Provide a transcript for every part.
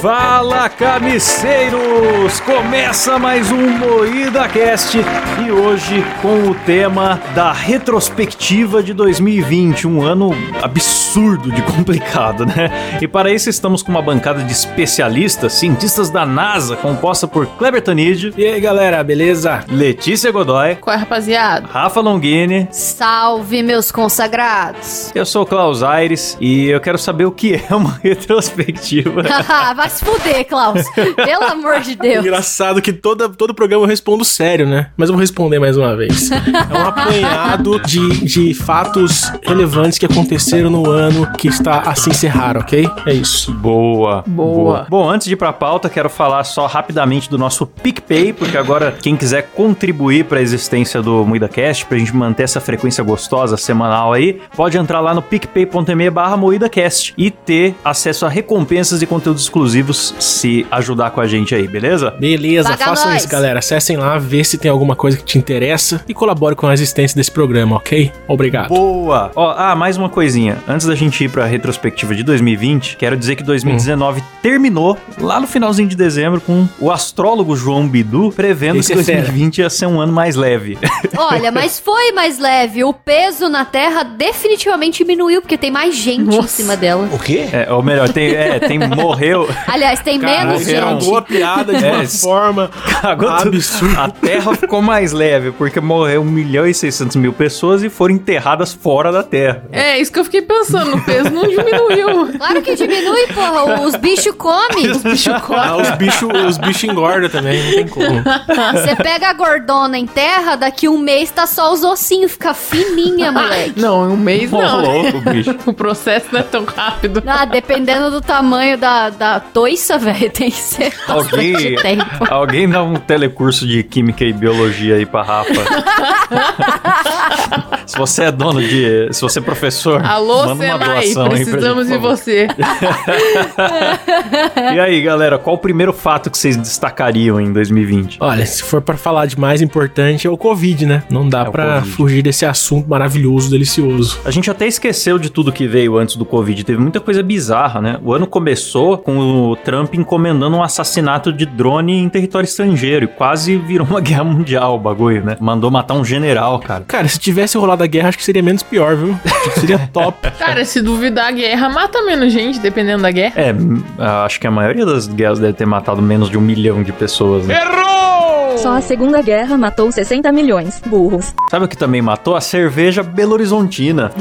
Fala camiseiros! Começa mais um Moída Cast e hoje com o tema da retrospectiva de 2020, um ano absurdo de complicado, né? E para isso estamos com uma bancada de especialistas, cientistas da NASA, composta por Kleber Tanid, E aí, galera, beleza? Letícia Godoy, Qual é, rapaziada? Rafa Longini, Salve, meus consagrados! eu sou o Klaus Aires e eu quero saber o que é uma retrospectiva. Vai se fuder, Klaus! Pelo amor de Deus! É Engraçado que toda, todo programa eu respondo sério, né? Mas eu vou responder mais uma vez. É um apanhado de, de fatos relevantes que aconteceram no ano que está a se encerrar, ok? É isso. Boa, Boa. Bom, antes de ir pra pauta, quero falar só rapidamente do nosso PicPay, porque agora quem quiser contribuir pra existência do MoídaCast, pra gente manter essa frequência gostosa semanal aí, pode entrar lá no picpay.me barra MoídaCast e ter acesso a recompensas e conteúdos exclusivos se ajudar com a gente aí, beleza? Beleza, Paga façam nós. isso, galera. Acessem lá, vê se tem alguma coisa que te interessa e colabore com a existência desse programa, ok? Obrigado. Boa! Ó, ah, mais uma coisinha. Antes da gente ir pra retrospectiva de 2020, quero dizer que 2019 Hum. terminou lá no finalzinho de dezembro com o astrólogo João Bidu prevendo Esse que é fera. 2020 ia ser um ano mais leve. Olha, mas foi mais leve. O peso na Terra definitivamente diminuiu, porque tem mais gente em cima dela. O quê? É, ou melhor, tem, é, tem morreu. Aliás, tem menos Caralho, um geral. uma gente. boa piada de uma É. forma Agora tu- absurda. A Terra ficou mais leve, porque morreu 1 milhão e 600 mil pessoas e foram enterradas fora da Terra. É, isso que eu fiquei pensando. O peso não diminuiu. Claro que diminui, porra. Os bichos comem. Bicho Ah, corre. os bichos os bicho engordam também, não tem como. Você pega a gordona em terra, daqui um mês tá só os ossinhos, fica fininha, moleque. Não, em um mês Ô, não. louco, bicho. O processo não é tão rápido. Ah, dependendo do tamanho da, da toiça, velho, tem que ser Alguém, bastante tempo. alguém dá um telecurso de química e biologia aí pra Rafa. se você é dono de. Se você é professor, manda Alô, uma Senai, doação aí pra precisamos gente, por de favor. você. E aí, galera, qual o primeiro fato que vocês destacariam em 2020? Olha, se for pra falar de mais importante, é o Covid, né? Não dá É o pra Covid. fugir desse assunto maravilhoso, delicioso. A gente até esqueceu de tudo que veio antes do Covid. Teve muita coisa bizarra, né? O ano começou com o Trump encomendando um assassinato de drone em território estrangeiro. E quase virou uma guerra mundial o bagulho, né? Mandou matar um general, cara. Cara, se tivesse rolado a guerra, acho que seria menos pior, viu? Acho que seria top. Cara, se duvidar a guerra, mata menos gente, dependendo da guerra. É, m- acho que a maioria das guerras deve ter matado menos de um milhão de pessoas, né? Só a Segunda Guerra matou 60 milhões. Burros. Sabe o que também matou? A cerveja belo-horizontina.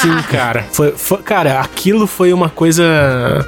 Sim, cara. Foi, foi- cara, aquilo foi uma coisa.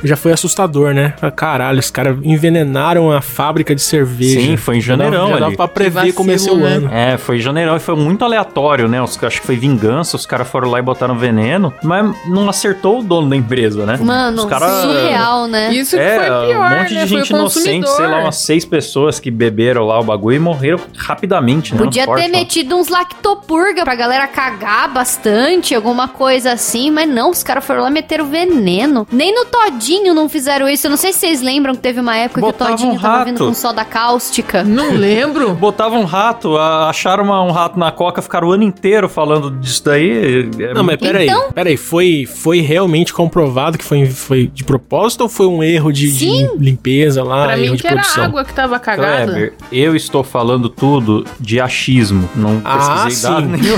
Já foi assustador, né? Ah, Caralho, os caras envenenaram a fábrica de cerveja. Sim, foi em Já dava- janeirão já dava ali. pra prever vacilo, como ia ser o né? ano. É, foi em janeirão e foi muito aleatório, né? Os, acho que foi vingança, os caras foram lá e botaram veneno, mas não acertou o dono da empresa, né? Mano, os cara- surreal, né? Isso que é, foi pior, um monte né? de gente foi o inocente, consumidor. sei lá, umas seis pessoas que beberam lá o bagulho e morreram rapidamente, né? Podia Não ter importa. metido uns lactopurga pra galera cagar bastante, alguma coisa assim, mas não, os caras foram lá e meteram veneno. Nem no Todinho não fizeram isso. Eu não sei se vocês lembram que teve uma época Botava que o Todinho um tava rato. vindo com soda cáustica. Não lembro. Botava um rato, a- acharam uma- um rato na coca, ficaram o ano inteiro falando disso daí. é- é Não, mas peraí, Então- peraí, foi, foi realmente comprovado que foi, foi de propósito ou foi um erro de, de Sim. limpeza Ah, lá, pra erro mim de que era produção? água que tava Então, é, cagada. Kleber, eu estou falando tudo de achismo. Não Ah, pesquisei dado sim. nenhum.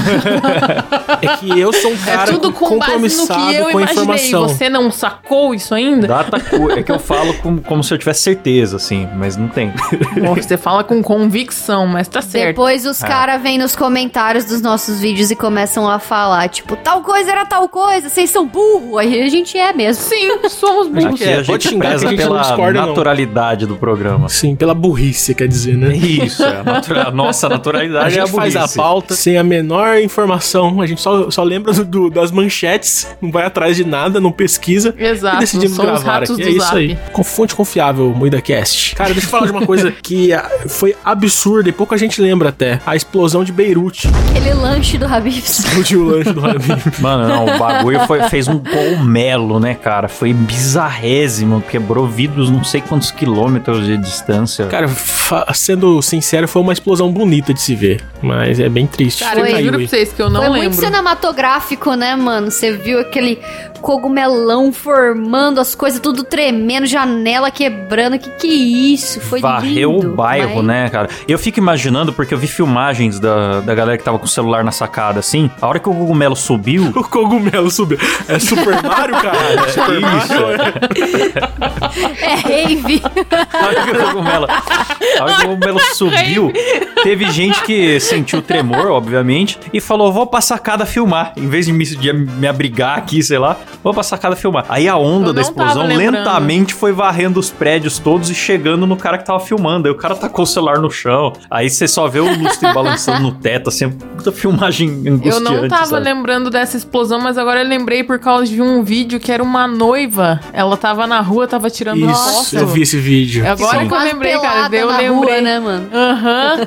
É que eu sou um É cara tudo com base no compromissado que eu com a imaginei. informação. Você não sacou isso ainda? Data cu- é que eu falo como, como se eu tivesse certeza, assim, mas não tem. Bom, você fala com convicção, mas tá certo. Depois os Ah. caras vêm nos comentários dos nossos vídeos e começam a falar, tipo, tal coisa era tal coisa, vocês são burro. Aí a gente é mesmo. Sim, somos burros. Aqui a é, pode gente xingar que a preza gente não pela discorda, não. naturalidade do programa. Sim, pela burrice, quer dizer, né? Isso, é a, natura- a nossa naturalidade A é a gente faz a burrice. pauta sem a menor informação, a gente só, só lembra do- do- das manchetes, não vai atrás de nada, não pesquisa. Exato, e decidimos somos gravar ratos aqui. do é isso zap. aí. Com fonte confiável, MuidaCast. Cara, deixa eu falar de uma coisa que ah, foi absurda e pouca gente lembra até. A explosão de Beirute. Aquele lanche do Habibs. explodiu o lanche do Rabinho. Mano, não, o bagulho foi- fez um colmelo, né, cara? Foi bizarrésimo, quebrou vidros não sei quantos quilômetros de distância. Cara, f- fa- sendo sincero, foi uma explosão bonita de se ver. Mas é bem triste. Cara, eu Caiu juro aí. pra vocês que eu não Foi lembro. muito cinematográfico, né, mano? Você viu aquele cogumelão formando as coisas, tudo tremendo, janela quebrando. Que que é isso? Foi Varreu lindo. o bairro, mas- né, cara? Eu fico imaginando, porque eu vi filmagens da, da galera que tava com o celular na sacada, assim. A hora que o cogumelo subiu. É O cogumelo subiu. É Super Mario, cara. Super Isso, Mario. é. É rave. a hora que o cogumelo, a hora que o cogumelo subiu, teve gente que sentiu tremor, obviamente, e falou: vou pra sacada filmar. Em vez de me, de me abrigar aqui, sei lá, vou pra sacada filmar. Aí a onda Eu da não tava explosão lembrando. lentamente foi varrendo os prédios todos e chegando no cara que tava filmando. Aí o cara tacou o celular no chão. Aí você só vê o lustre balançando no teto, assim, puta filmagem angustiante. Eu não tava sabe? lembrando dessa explosão, mas agora eu lembrei por causa de um vídeo que era uma noiva. Ela tava na rua, tava tirando Isso, foto. eu vi esse vídeo. Sim. Agora que eu Quase lembrei, pelada cara. daí Eu na lembrei. rua, né, mano? Aham,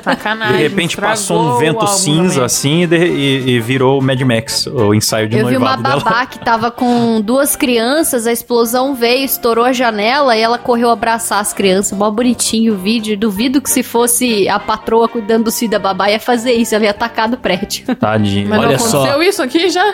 sacanagem. De repente estragou passou um o vento álbum cinza também. assim e, de- e- e virou o Mad Max, o ensaio de Eu vi uma noivado babá dela. que tava com duas crianças, a explosão veio, estourou a janela e ela correu abraçar as crianças. Mó bonitinho o vídeo. Duvido que se fosse a patroa cuidando do filho da babá ia fazer isso, ela ia atacar do prédio. Tadinha. Mas Olha não só. aconteceu isso aqui já?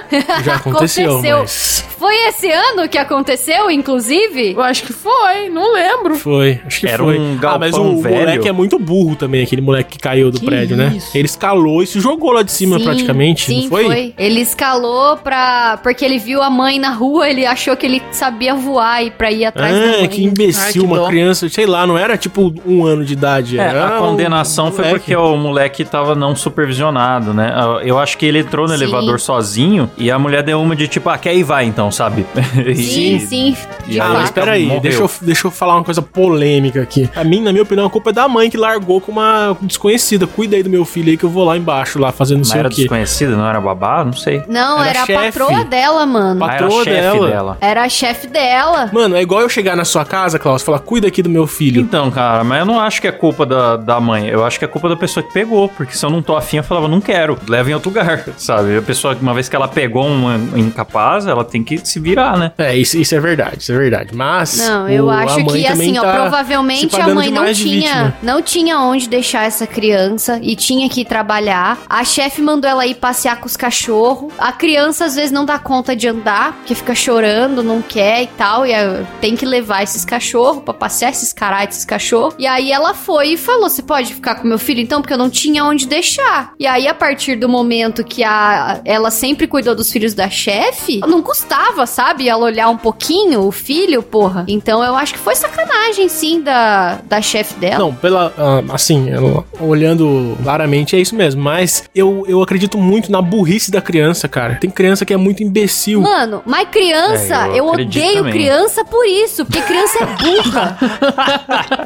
Já aconteceu, Aconteceu. mas... Foi esse ano que aconteceu, inclusive? Eu acho que foi, não lembro. Foi, acho que Era foi. um ah, mas o galpão velho. moleque é muito burro também, aquele moleque que caiu do Que prédio, né? isso. Ele escalou e se jogou lá de cima Sim, praticamente, sim, não foi? Ele escalou pra. Porque ele viu a mãe na rua, ele achou que ele sabia voar e pra ir atrás da Ah, mãe. que imbecil, Ai, que uma dó. criança, sei lá, não era tipo um ano de idade. É, era a um condenação foi moleque. porque o moleque tava não supervisionado, né? Ah, Eu acho que ele entrou no Sim. elevador sozinho e a mulher deu uma de tipo, ah, quer ir vai então, sabe? E- Sim, sim. e aí de Ah, fato. mas peraí, Morreu. deixa eu, deixa eu falar uma coisa polêmica aqui. A mim, na minha opinião, a culpa é da mãe que largou com uma desconhecida. Cuida aí do meu filho aí que eu vou lá embaixo, lá fazendo não Não sei era o quê. desconhecida, não era babá, não sei. Não, Era era, a chefe. patroa dela, mano. Ah, era Patroa chefe dela. Era a chefe dela. Mano, é igual eu chegar na sua casa, Klaus, e falar, cuida aqui do meu filho. Então, cara, mas eu não acho que é culpa da, da mãe. Eu acho que é culpa da pessoa que pegou. Porque se eu não tô afim, eu falava, não quero. Leva em outro lugar, sabe? A pessoa, uma vez que ela pegou um incapaz, ela tem que se virar, né? É, isso, isso é verdade, isso é verdade. Mas. Não, eu o- a acho mãe que também assim, ó, tá se provavelmente a pagando mãe não demais de tinha, vítima. não tinha onde deixar essa criança e tinha que ir trabalhar. A chefe mandou ela ir passear com os cachorros. A criança às vezes não dá conta de andar, porque fica chorando, não quer e tal, e ah, tem que levar esses cachorros pra passear esses carai, esses cachorros. E aí ela foi e falou: "Você pode ficar com meu filho então, porque eu não tinha onde deixar". E aí a partir do momento que a ela sempre cuidou dos filhos da chefe, não custava, sabe? Ela olhar um pouquinho o filho, porra. Então eu acho que foi sacanagem sim da da chefe dela. Não, pela. ah, assim, eu- olhando claramente, é isso mesmo. Mas eu, eu acredito muito na burrice da criança, cara. Tem criança que é muito imbecil. Mano, mas criança, É, eu eu, acredito odeio também. criança por isso, porque criança é burra.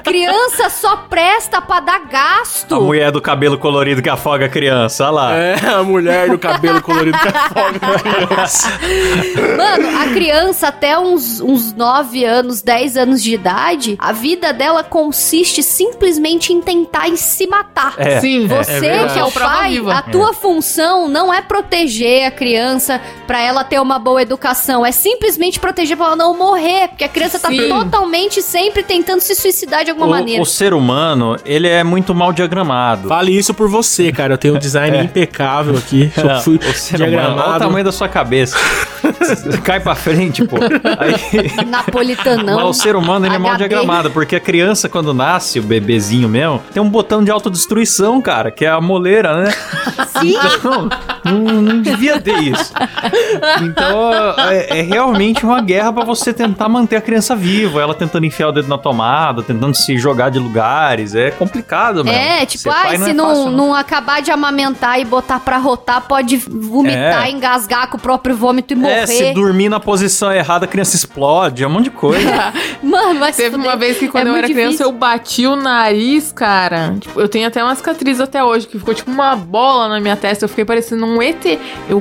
criança só presta pra dar gasto. A mulher do cabelo colorido que afoga a criança, olha lá. É, a mulher do cabelo colorido que afoga a criança. Mano, a criança até uns, uns 9 anos, 10 anos de idade, a vida dela consiste simplesmente em tentar e se matar. É, Sim, Você verdade. que é É o o prova pai, viva. a tua função não é proteger a criança pra ela ter uma boa educação, é simplesmente proteger pra ela não morrer, porque a criança tá Sim. totalmente sempre tentando se suicidar de alguma O, maneira. o ser humano, ele é muito mal diagramado. Fale isso por você, cara. Eu tenho um design impecável aqui. É. Não, Eu fui o ser humano, olha o diagramado. tamanho da sua cabeça. Cai pra frente, pô. Aí, Napolitanão. Mas o ser humano ele é mal HD. diagramado, porque a criança, quando nasce, o bebezinho mesmo, tem um botão de autodestruição, cara, que é a moleira, né? Sim. Então, não, não devia ter isso. Então, é, é realmente uma guerra pra você tentar manter a criança viva, ela tentando enfiar o dedo na tomada, tentando se jogar de lugares, é complicado mesmo. É, tipo, Ser pai ai, se é não, fácil, não. acabar de amamentar e botar pra rotar, pode vomitar, É. engasgar com o próprio vômito e É, se morrer. dormir na posição errada, a criança explode, é um monte de coisa. Mano, mas Teve uma vez que quando É eu muito era criança difícil. eu bati o nariz, cara. Tipo, eu tenho até uma cicatriz até hoje que ficou tipo uma bola na minha testa. Eu fiquei parecendo um ET. Eu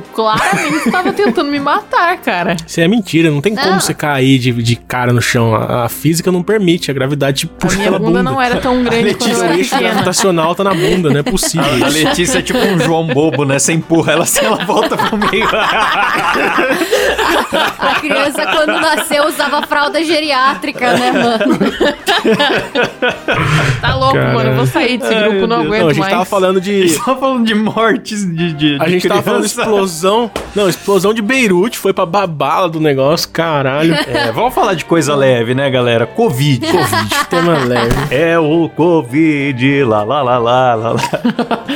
claramente estava tentando me matar, cara. Isso é mentira, não tem Não. como você cair de, de cara no chão. A, a física não permite, a gravidade te puxa A minha pela bunda bunda. não era tão grande quando eu Letícia, o era eixo pequena. gravitacional tá na bunda, não é possível. A isso. assim, Letícia é tipo um João bobo, né? Você empurra ela, se ela volta pro meio. A criança, quando nasceu, usava fralda geriátrica, né, mano? Tá louco, Caralho. mano. Eu vou sair desse Ai, grupo, meu não Deus. aguento Não, a gente mais. tava falando de. Eles estavam tá falando de mortes de, de, A de gente tava falando de criança. explosão. Não, explosão de Beirute foi pra babala do negócio, caralho. É, vamos falar de coisa leve, né, galera? Covid. Covid, tema leve. É o Covid, lá, lá, lá, lá, lá, lá.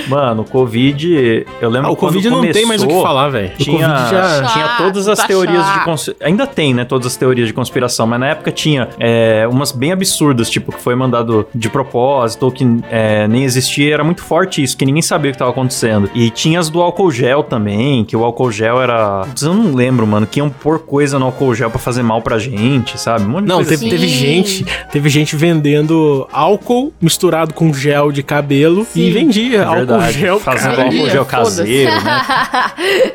Mano, o Covid, eu lembro Ah, o quando Covid não tem começou, mais o que falar, velho. O Tinha, Covid já. tinha Chato, todas as tá teorias de chato. conspiração. Ainda tem, né? Todas as teorias de conspiração, mas na época tinha é, umas bem absurdas, tipo, que foi mandado de propósito ou que é, nem existia. Era muito forte isso, que ninguém sabia o que estava acontecendo. E tinha as do álcool gel também, que o álcool gel era. Putz, Eu não lembro, mano, que iam pôr coisa no álcool gel pra fazer mal pra gente, sabe? Um monte de Não, coisa teve, assim. teve Sim. gente, teve gente vendendo álcool misturado com gel de cabelo e Sim. vendia É álcool verdade, gel. fazendo cara. caralho. álcool gel caseiro, né?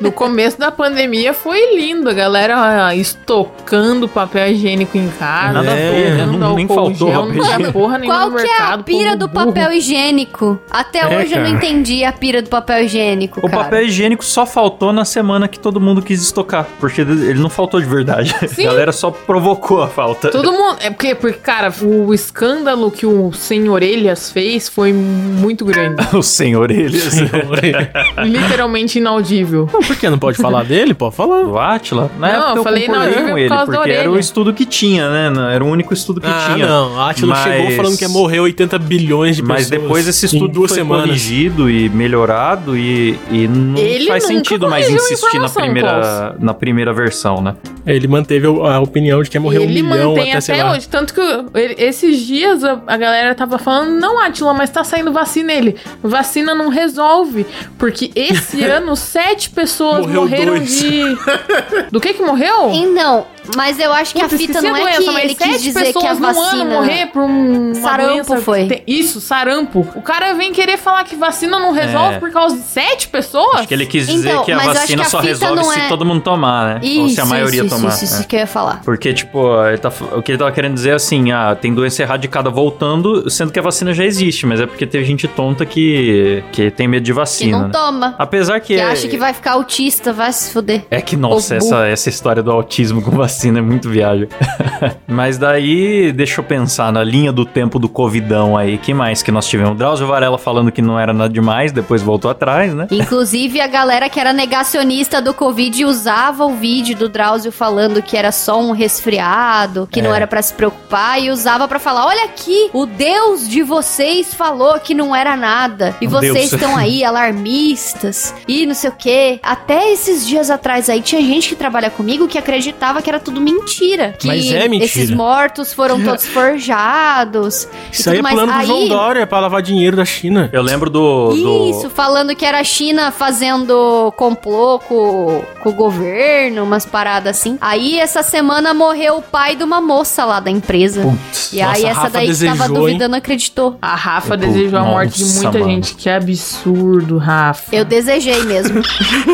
No começo da pandemia foi lindo, a galera ah, estocando papel higiênico em casa. Nada a ver, estocando né? Não- nem álcool faltou gel, papel não tinha higiênico. porra nenhuma Qual no que é um mercado. a pira povo do burro. papel higiênico? Até É, hoje eu não cara. entendi a pira do papel higiênico, O cara. papel higiênico só faltou na semana que todo mundo quis estocar, porque ele não faltou de verdade. Sim. A galera só provocou a falta. Todo mundo. É porque, porque, cara, o escândalo que o Sem Orelhas fez foi muito grande. O senhor eles. Literalmente inaudível. Não, por que não pode falar dele? Pode falar. Do Atila? Na Não, época eu eu falei, não, concordei eu vi com por ele, causa da porque era o orelha. estudo que tinha, né? Não, Era o único estudo que ah, tinha. não. A Atila Mas- chegou falando que ia morrer 80 bilhões de pessoas. Mas depois esse em estudo foi duas semanas. corrigido e melhorado e, e não Ele faz nunca sentido mais corrigiu a insistir na informação, primeira, na primeira versão, né? Ele manteve a opinião de que ia morrer um ele milhão mantém até, sei lá. hoje. Tanto que eu- ele- esses dias a, a galera tava falando, não, Atila, mas tá saindo vacina ele. Vacina não resolve. Porque esse ano sete pessoas Morreu morreram dois. de. Do que que morreu? Então, mas eu acho que a Puta, fita esqueci não a é doença, que mas ele sete quis dizer que a pessoas num ano vacina... morrer por um uma Sarampo doença que foi. tem- Isso, sarampo. O cara vem querer falar que vacina não resolve É. por causa de sete pessoas? Acho que ele quis dizer Então, que a mas eu acho vacina que a só fita resolve não se é- todo mundo tomar, né? Ou se a maioria isso, tomar. Isso, isso, né? isso que eu ia falar. Porque, tipo, ele tá- o que ele tava querendo dizer é assim, ah, tem doença erradicada voltando, sendo que a vacina já existe, mas é porque tem gente tonta que, que tem medo de Que vacina. não né? toma. Apesar que. Que é- acha que vai ficar autista, vai se fuder. É que, nossa, Ô, bu- essa, essa história do autismo com vacina é muito viagem. Mas daí, deixa eu pensar na linha do tempo do covidão aí. que mais que nós tivemos? Drauzio Varela falando que não era nada demais, depois voltou atrás, né? Inclusive, a galera que era negacionista do Covid usava o vídeo do Drauzio falando que era só um resfriado, que É. não era pra se preocupar, e usava pra falar: olha aqui, o Deus de vocês falou que não era nada. E Um vocês Deus. estão aí alarmistas e não sei o quê. Até esses dias atrás aí tinha gente que trabalha comigo que acreditava que era tudo mentira. Que Mas é mentira. esses mortos foram todos forjados. Isso aí é tudo mais. plano do João Aí- Dória pra lavar dinheiro da China. Eu lembro do. do- Isso, falando que era a China fazendo complô com, com o governo, umas paradas assim. Aí essa semana morreu o pai de uma moça lá da empresa. Putz. e aí nossa, essa Rafa daí que tava desejou, duvidando acreditou. A Rafa Pô, desejou a morte de Tipo, nossa, muita mano. gente. Que absurdo, Rafa. Eu desejei mesmo.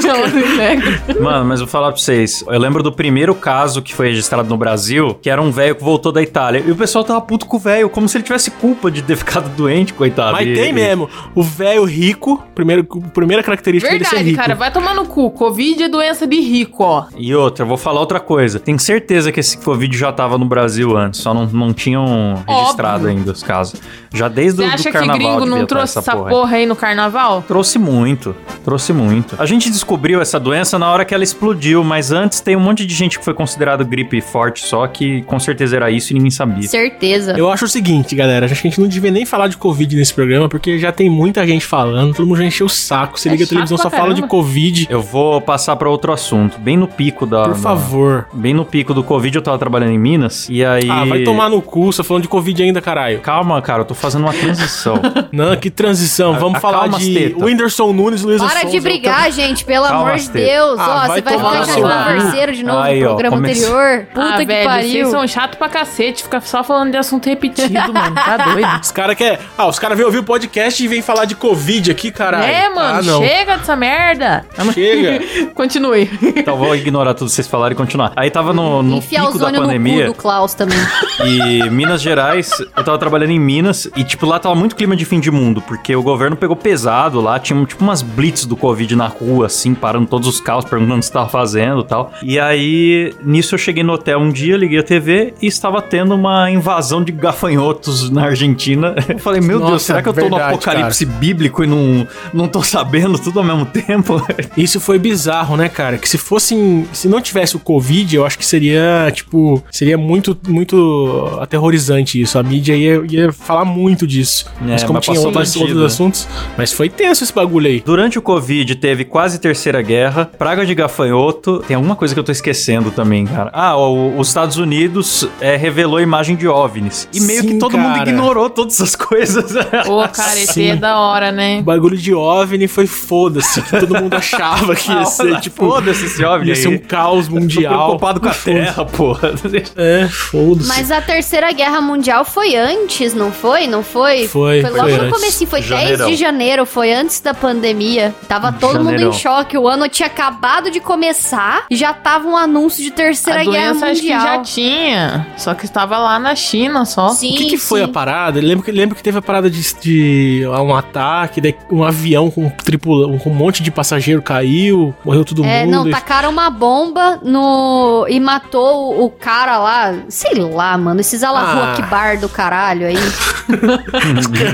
Ela não nega. Mano, mas vou falar pra vocês. Eu lembro do primeiro caso que foi registrado no Brasil, que era um velho que voltou da Itália. E o pessoal tava puto com o velho, como se ele tivesse culpa de ter ficado doente, coitado. Mas E- tem e- mesmo. O velho rico, primeiro, primeira característica dele é ser Verdade, rico. cara. Vai tomar no cu. Covid é doença de rico, ó. E outra, eu vou falar outra coisa. Tenho certeza que esse Covid já tava no Brasil antes, só não, não tinham registrado Óbvio. ainda os casos. Já desde Você o do acha que carnaval gringo devia não tá trouxe essa porra, aí. aí no carnaval? Trouxe muito, trouxe muito. A gente descobriu essa doença na hora que ela explodiu, mas antes tem um monte de gente que foi considerado gripe forte só, que com certeza era isso e ninguém sabia. Certeza. Eu acho o seguinte, galera. Acho que a gente não devia nem falar de Covid nesse programa, porque já tem muita gente falando, todo mundo já encheu o saco. Se É liga, a chato televisão só pra fala de caramba. Covid. Eu vou passar pra outro assunto, bem no pico da. Por da- favor. Bem no pico do Covid, eu tava trabalhando em Minas, e aí. Ah, vai tomar no cu, só falando de Covid ainda, caralho. Calma, cara, eu tô fazendo uma transição. Não, que transição. Vamos acalma falar as de tetas. Whindersson Nunes e Luiz Para de brigar, gente, pelo tá Calma, amor de Astê. Deus. Ah, Ó, vai você vai tomar ficar no já seu converseiro de novo Aí, no ó, programa comece- anterior. ah, Puta que velho, vocês pariu. são chato pra cacete. Fica só falando de assunto repetido, mano. Tá doido? Os caras quer. Ah, os caras vêm ouvir o podcast e vêm falar de Covid aqui, caralho. É, mano. ah, não. Chega dessa merda. Chega. Continue. Então vou ignorar tudo que vocês falaram e continuar. Aí tava no, no Enfiar o pico da zônio no cu pandemia. do Klaus também. E Minas Gerais, eu tava trabalhando em Minas e, tipo, lá tava muito clima de fim de mundo, porque o governo pegou pesado lá, tinha, tipo, umas blitz do Covid na rua, assim, parando todos os carros, perguntando o que você tava fazendo e tal. E aí, nisso eu cheguei no hotel um dia, liguei a TV e estava tendo uma invasão de gafanhotos na Argentina. Eu falei, meu Deus, Nossa, será que eu tô verdade, no apocalipse bíblico e não, não tô sabendo tudo ao mesmo tempo? Isso foi bizarro, né, cara? Que se fosse. em- Se não tivesse o Covid, eu acho que seria, tipo. Seria muito, muito aterrorizante isso. A mídia ia, ia falar muito disso. mas como É, mas tinha passou outros, batido, outros né? assuntos. Mas foi tenso esse bagulho aí. Durante o Covid teve quase terceira guerra, praga de gafanhoto. Tem alguma coisa que eu tô esquecendo também, cara. Ah, o- os Estados Unidos é, revelou a imagem de OVNIs. E meio Sim, que todo mundo cara. ignorou todas essas coisas. Ô, cara, ET Sim. é da hora, O né? bagulho de OVNI foi foda-se. que Todo mundo achava que ia ser, tipo. Ah, foda-se esse OVNI Ia ser um aí. caos Tô mundial. preocupado com a terra, porra. É, foda-se. Mas a Terceira Guerra Mundial foi antes, não foi? Não foi? Foi, Foi logo foi no antes. começo, foi Janeirão. 10 de janeiro, foi antes da pandemia. Tava todo mundo Janeirão. em choque, o ano tinha acabado de começar e já tava um anúncio de Terceira a Guerra doença acho que já é Mundial. tinha, só que estava lá na China só. Sim, O que, que foi sim. a parada? Lembro que, lembro que teve a parada de, de um ataque, daí um avião com, tripula, com um monte de passageiro caiu, morreu todo É, mundo. não, tacaram uma bomba no. e matou o- o cara lá. Sei lá, mano, esses Ah. alarrua que bar do caralho aí.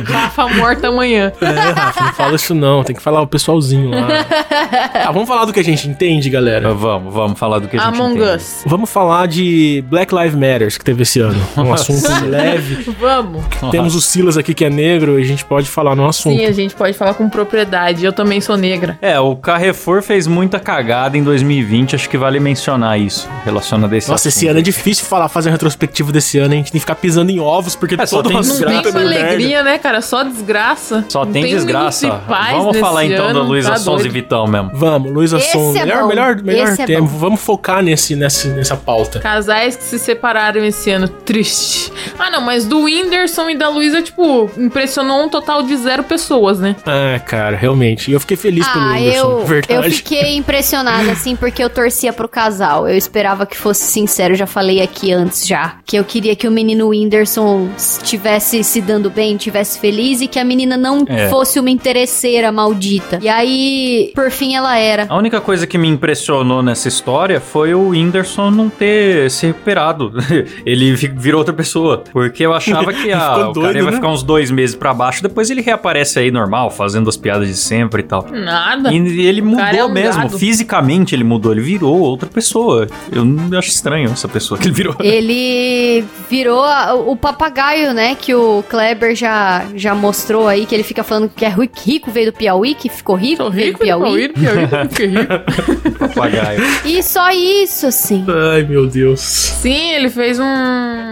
Rafa morta amanhã. É, Rafa, não fala isso não, tem que falar o pessoalzinho lá. tá, vamos falar do que a gente entende, galera. vamos, vamos falar do que a gente Among entende. Us. Vamos falar de Black Lives Matters que teve esse ano. Um assunto leve. Vamos. Temos o Silas aqui que é negro e a gente pode falar no assunto. Sim, a gente pode falar com propriedade. Eu também sou negra. É, o Carrefour fez muita cagada em 2020, acho que vale mencionar isso, relacionado a esse Nossa, esse assunto. ano é difícil falar, fazer um retrospectivo desse ano, hein? a gente tem que ficar pisando em ovos, porque É, só todo tem assunto desgraça. Não tem Graça só é merda. alegria, né, cara? Só desgraça. Só Não tem, desgraça. municipais Vamos nesse falar então da ano, Luísa tá Sons e doido. Vitão mesmo. Vamos, Luísa Esse Sonza. é melhor, bom. melhor, melhor Esse é tema. bom. Vamos focar nesse, nessa, nessa pauta. Casais que se separaram esse ano, triste. Ah, não, mas do Whindersson e da Luísa, tipo, impressionou um total de zero pessoas, né? Ah, cara, realmente. E eu fiquei feliz pelo Ah, Whindersson, eu, na verdade. eu fiquei impressionada, assim, porque eu torcia pro casal. Eu esperava que fosse sincero, eu já falei aqui antes já. Que eu queria que o menino Whindersson estivesse se dando bem, estivesse feliz e que a menina não É. fosse uma interesseira maldita. E aí, por fim, ela era. A única coisa que me impressionou nessa história foi o Whindersson não ter se recuperado. ele vi- virou outra pessoa. Porque eu achava que ah, Ficou o doido, cara vai né? ficar uns dois meses pra baixo, depois ele reaparece aí normal, fazendo as piadas de sempre e tal. Nada. E e ele O cara é mudou um mesmo, gado. fisicamente ele mudou, ele virou outra pessoa. Eu não- acho estranho essa pessoa que ele virou. Ele virou a- o papagaio, né? Que o Kleber já, já mostrou aí, que ele fica falando que é ri- rico, veio do Piauí, que ficou rico, Tô veio do rico, Piauí, Piauí. né? Piauí, Piauí, Piauí. Papagaio. E só isso, assim. Ai, meu Deus. Sim, ele fez um-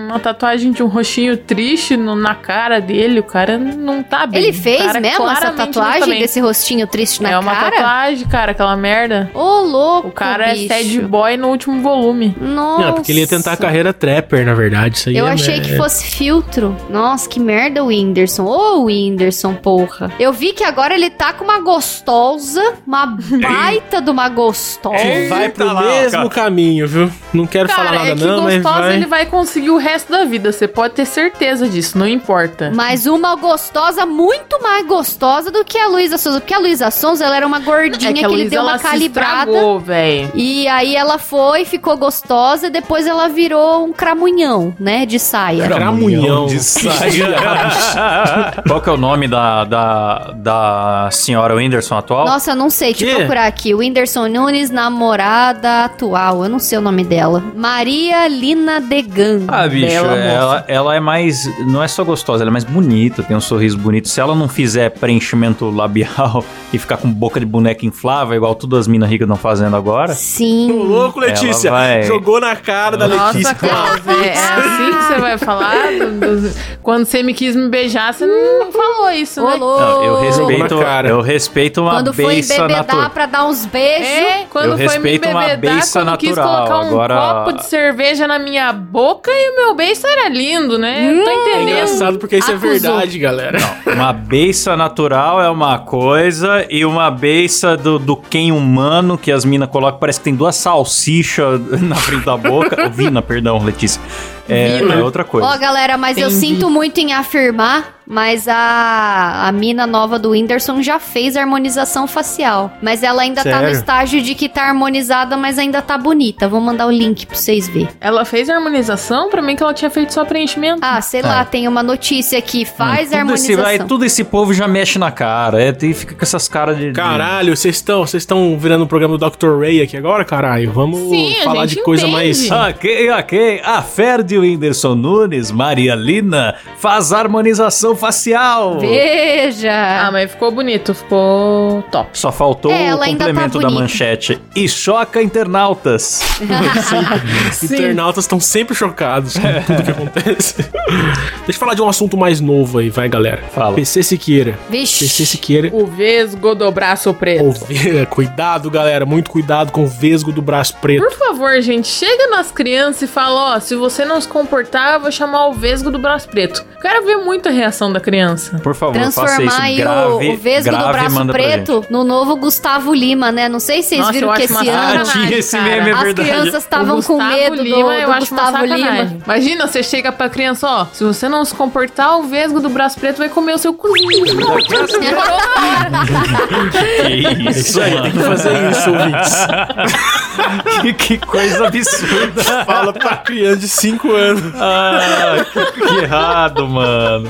uma tatuagem de um roxinho triste no- na cara dele. O cara não tá bem. Ele O fez cara mesmo essa claramente não tá tatuagem bem. desse rostinho triste na É uma cara? tatuagem, cara, aquela merda. Ô, louco, O cara bicho. é sad boy no último volume. Nossa. Não, é Ah, porque ele ia tentar a carreira trapper, na verdade. Isso aí Eu é- achei que fosse filtro. Nossa, que merda o Whindersson. Ô, Whindersson, porra. Eu vi que agora ele tá com uma gostosa, uma baita de uma Que gostosa. vai pro Eita lá, mesmo cara. caminho, viu? Não quero falar Cara, nada é que não, mas gostosa vai... ele vai conseguir o resto da vida. Você pode ter certeza disso, não importa. Mas uma gostosa, muito mais gostosa do que a Luísa Souza. Porque a Luísa Souza, ela era uma gordinha É que, ele deu uma ela se calibrada. estragou, velho. E aí ela foi, ficou gostosa, e depois ela virou um cramunhão, né? De saia. Cramunhão. de saia. Qual que é o nome da, da, da senhora Whindersson atual? Nossa, eu não sei, deixa Quê? eu procurar aqui. Whindersson Nunes, namorada atual. Eu não sei o nome dela. Maria Lina Degan. Ah, bicho, Bela ela, ela é mais. Não é só gostosa, ela é mais bonita, tem um sorriso bonito. Se ela não fizer preenchimento labial e ficar com boca de boneca inflável, igual todas as minas ricas estão fazendo agora. Ô, Sim. louco, Letícia. Ela vai- Jogou na cara da Nossa, Letícia. Klaus, é, é assim que você vai falar? Do- do- Quando você me quis me beijar, você não falou isso, Ô, né? louco. Não, eu respeito, Jogou na cara. eu respeito uma Quando foi beiça embebedar natural. pra dar uns beijos. É, quando Eu foi me respeito uma bebedar, beiça quando quis natural, colocar um agora- copo de cerveja na minha boca e o meu beijo era lindo, né? Eu tô Hum, É entendendo. engraçado porque isso Acusou. é verdade, galera. Uma beiça natural é uma coisa, e uma beiça do, do quem humano que as minas colocam, parece que tem duas salsichas na frente da boca. Ô, Vina, perdão, Letícia. É, Vila. é outra coisa. Ó, galera, mas eu Entendi. sinto muito em afirmar, mas a, a mina nova do Whindersson já fez harmonização facial. Mas ela ainda tá Sério? no estágio de que tá harmonizada, mas ainda tá bonita. Vou mandar o link pra vocês verem. Ela fez a harmonização? Pra mim que ela tinha feito só preenchimento. Ah, sei Tá. lá, tem uma notícia aqui. Faz Ah, tudo esse, harmonização. aí tudo esse povo já mexe na cara. É, tem, fica com essas caras de. de- Caralho, vocês estão vocês estão virando o programa do Dr. Ray aqui agora, caralho? Vamos Sim, a falar gente de coisa entende. mais. Ok, ok. A Ferdi Whindersson Nunes, Maria Lina, faz harmonização facial. Veja! Ah, mas ficou bonito, ficou top. Só faltou É, o ela ainda tá complemento da bonita. manchete. E choca internautas. Internautas estão sempre chocados com tudo que acontece. Deixa eu falar de um assunto mais novo aí, vai, galera. Fala. PC Siqueira. PC Vixe! Siqueira. O Vesgo do braço preto. Ô, ve- cuidado, galera. Muito cuidado com o vesgo do braço preto. Por favor, gente, chega nas crianças e fala, ó, se você não se comportar, eu vou chamar o Vesgo do braço preto. Quero ver muito a reação da criança. Por favor, faça isso. Transformar aí o- grave, o, Vesgo grave, do braço manda pra gente. preto no novo Gustavo Lima, né? Não sei se vocês Nossa, eu viram que acho esse uma Ah, ano sacanagem, tinha esse cara. meme, é as verdade. crianças estavam O com Gustavo medo do, Lima, eu do acho uma Gustavo sacanagem. Lima. Imagina, você chega pra criança, ó, se você não se comportar, o Vesgo do braço preto vai comer o seu cozinho. Que É isso, isso aí, tem que fazer isso, ouvintes. que, que coisa absurda. Fala pra criança de 5 anos. Ah, que, que errado, mano.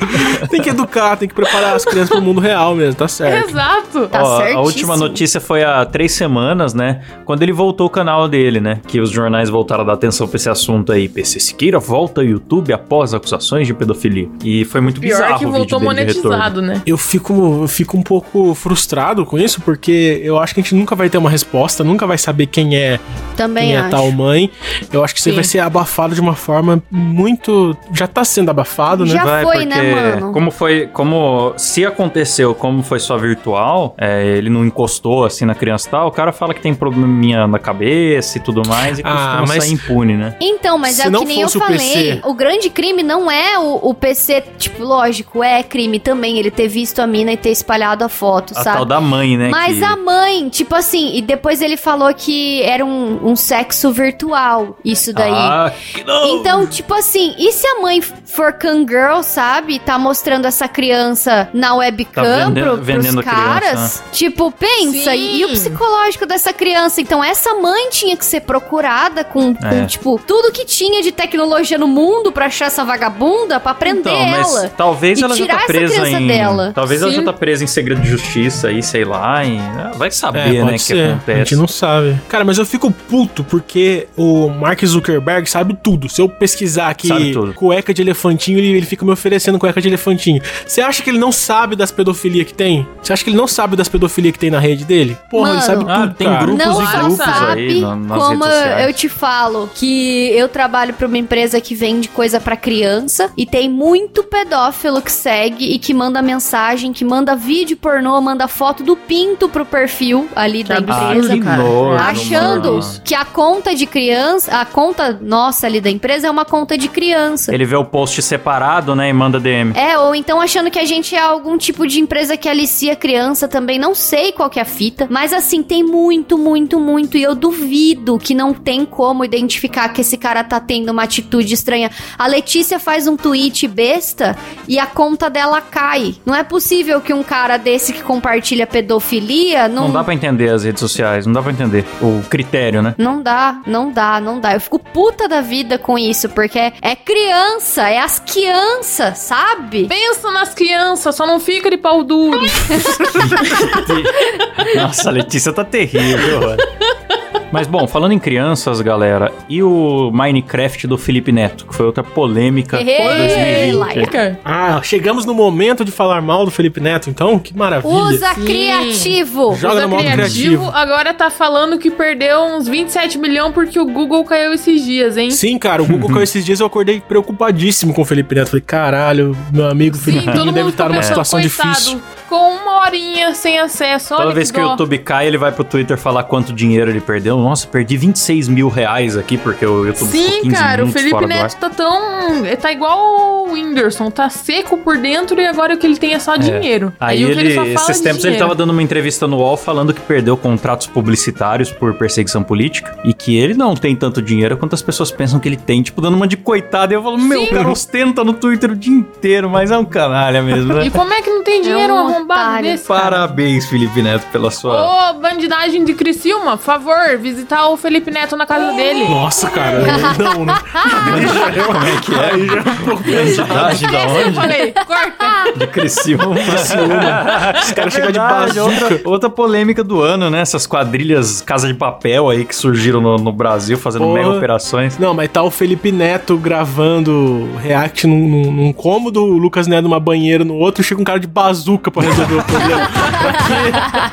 Tem que educar, tem que preparar as crianças pro mundo real mesmo, tá certo. Exato. Tá Ó, a certíssimo. última notícia foi há três semanas, né? Quando ele voltou o canal dele, né? Que os jornais voltaram a dar atenção pra esse assunto aí. PC Siqueira volta ao YouTube após acusações de pedofilia. E foi muito Pior é bizarro que o vídeo voltou dele de retorno. monetizado, né? Eu fico, eu fico um pouco frustrado com isso, porque eu acho que a gente nunca vai ter uma resposta, nunca vai saber quem é, Também quem é acho. tal mãe. Eu acho que isso aí Sim. vai ser abafado de uma forma muito. Já tá sendo abafado, né? Já foi, né, porque mano? Como foi, como se aconteceu, como foi só virtual, é, ele não encostou assim na criança e tal, o cara fala que tem probleminha na cabeça e tudo mais, e Ah, costuma mas- sair impune, né? Então, mas Se é o não que nem eu fosse o falei. PC. O grande crime não é o, o PC, tipo, lógico, é crime também ele ter visto a mina e ter espalhado a foto, A sabe? tal da mãe, né? Mas que- a mãe, tipo assim, e depois ele falou que era um, um sexo virtual, isso daí. Ah, que não! Então, tipo assim, e se a mãe for girl, sabe? Tá mostrando essa criança na webcam Tá vendendo- pro, pros vendendo a criança, né? caras? Tipo, pensa, Sim. e, e o psicológico dessa criança? Então, essa mãe tinha que ser procurada com, com, É. tipo, tudo que tinha de tecnologia no mundo pra achar essa vagabunda, pra prender Então, mas ela. talvez E ela já tirar tá essa presa criança em. dela. Talvez ela Sim. já tá presa em segredo de justiça aí, sei lá. em- Vai saber, É, né, pode o que ser. A gente acontece. não sabe. Cara, mas eu fico puto porque o Mark Zuckerberg sabe tudo. Se eu pesquisar aqui Sabe tudo. cueca de elefantinho, ele, ele fica me oferecendo cueca de elefantinho. Você acha que ele não sabe das pedofilia que tem? Você acha que ele não sabe das pedofilia que tem na rede dele? Porra, Mano. ele sabe tudo, Ah, tem cara. grupos não e só grupos sabe aí na- nas como redes eu, sociais. eu te falo que eu trabalho pra uma empresa que vende coisa pra criança e tem muito pedófilo que segue e que manda mensagem, que manda vídeo pornô, manda foto do pinto pro perfil ali da absurdo. Ah, que empresa. Beleza, cara. nojo, Achando mano. que a conta de criança, a conta nossa ali da empresa é uma conta de criança. Ele vê o post separado, né, e manda DM. É, ou então achando que a gente é algum tipo de empresa que alicia criança também. Não sei qual que é a fita. Mas assim, tem muito, muito, muito. E eu duvido que não tem como identificar que esse cara tá tendo uma atitude estranha. A Letícia faz um tweet besta e a conta dela cai. Não é possível que um cara desse que compartilha pedofilia não. Não dá pra entender as redes sociais, não dá pra entender o critério, né? Não dá, não dá, não dá. Eu fico puta da vida com isso, porque é- é criança, é as crianças, sabe? Pensa nas crianças, só não fica de pau duro. Nossa, a Letícia tá terrível. mano. Mas bom, falando em crianças, galera, e o Minecraft do Felipe Neto, que foi outra polêmica de Ei, 2020. Laia. Fica. Ah, chegamos no momento de falar mal do Felipe Neto, então? Que maravilha. Usa Sim. criativo. Joga Usa no modo criativo. agora tá falando que perdeu uns 27 milhões porque o Google caiu esses dias, hein? Sim, cara, o Google caiu esses dias eu acordei preocupadíssimo com o Felipe Neto. Falei, caralho, meu amigo Felipe Neto deve estar numa pensando, situação coitado, difícil. Com uma horinha sem acesso. Olha Toda vez que o dó. YouTube cai, ele vai pro Twitter falar quanto dinheiro ele perdeu. Nossa, perdi 26 mil reais aqui, porque o YouTube ficou Sim, 15 cara, o minutos Felipe fora do ar. Neto tá tão. é, Tá igual o Whindersson, tá seco por dentro e agora o que ele tem é só dinheiro. Aí o que ele, de esses tempos, ele é dinheiro. tava dando uma entrevista no UOL falando que perdeu contratos publicitários por perseguição política e que ele não tem tanto dinheiro quanto as pessoas pensam que ele tem, tipo, dando uma de coitado. E eu falo, meu, o cara ostenta no Twitter o dia inteiro, mas é um canalha mesmo, E né? como é que não tem dinheiro um arrombado otário. desse? Cara? Parabéns, Felipe Neto, pela sua. Ô, bandidagem de Criciúma, por favor, visitar o Felipe Neto na casa dele. Nossa, cara. Não, né? Como é que é? Identidade da Esse eu onde? falei, corta. De Criciúma. Os caras chegam de verdade, outra, outra polêmica do ano, né? Essas quadrilhas Casa de Papel aí que surgiram no, no Brasil fazendo Porra. mega operações. Não, mas tá o Felipe Neto gravando react num, num- num cômodo, o Lucas Neto numa banheira no outro, chega um cara de bazuca pra resolver o problema.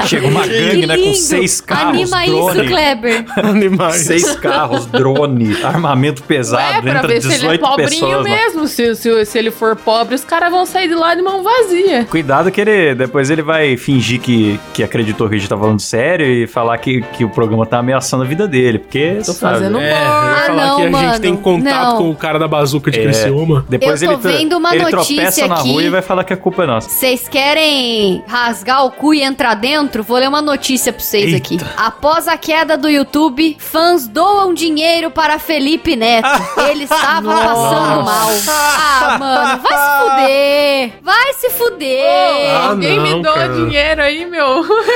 Chega uma gangue, né? Com lindo. seis carros, Anima drone. isso, Kleber. Animais. Seis carros, drone, armamento É, pesado, pra entra ver se 18 ele é pobrinho pessoas. lá. mesmo. Se, se, se ele for pobre, os caras vão sair de lá de mão vazia. Cuidado que ele depois ele vai fingir que, que acreditou que a gente tá falando sério e falar que, que o programa tá ameaçando a vida dele, porque Tô sabe, fazendo né? É, eu ia Ah, falar não, que a gente mano. tem contato Não. com o cara da bazuca de É. Criciúma. Depois Eu ele, tô tra- vendo uma ele notícia tropeça na aqui. rua e vai falar que a culpa é nossa. Vocês querem rasgar o cu e entrar dentro? Vou ler uma notícia pra vocês Eita. aqui. Após a queda do YouTube, fãs doam dinheiro para Felipe Neto. Ele estava passando mal. Ah, mano, vai se fuder. Vai se fuder. Ah, Alguém não, me doa cara. dinheiro aí, meu.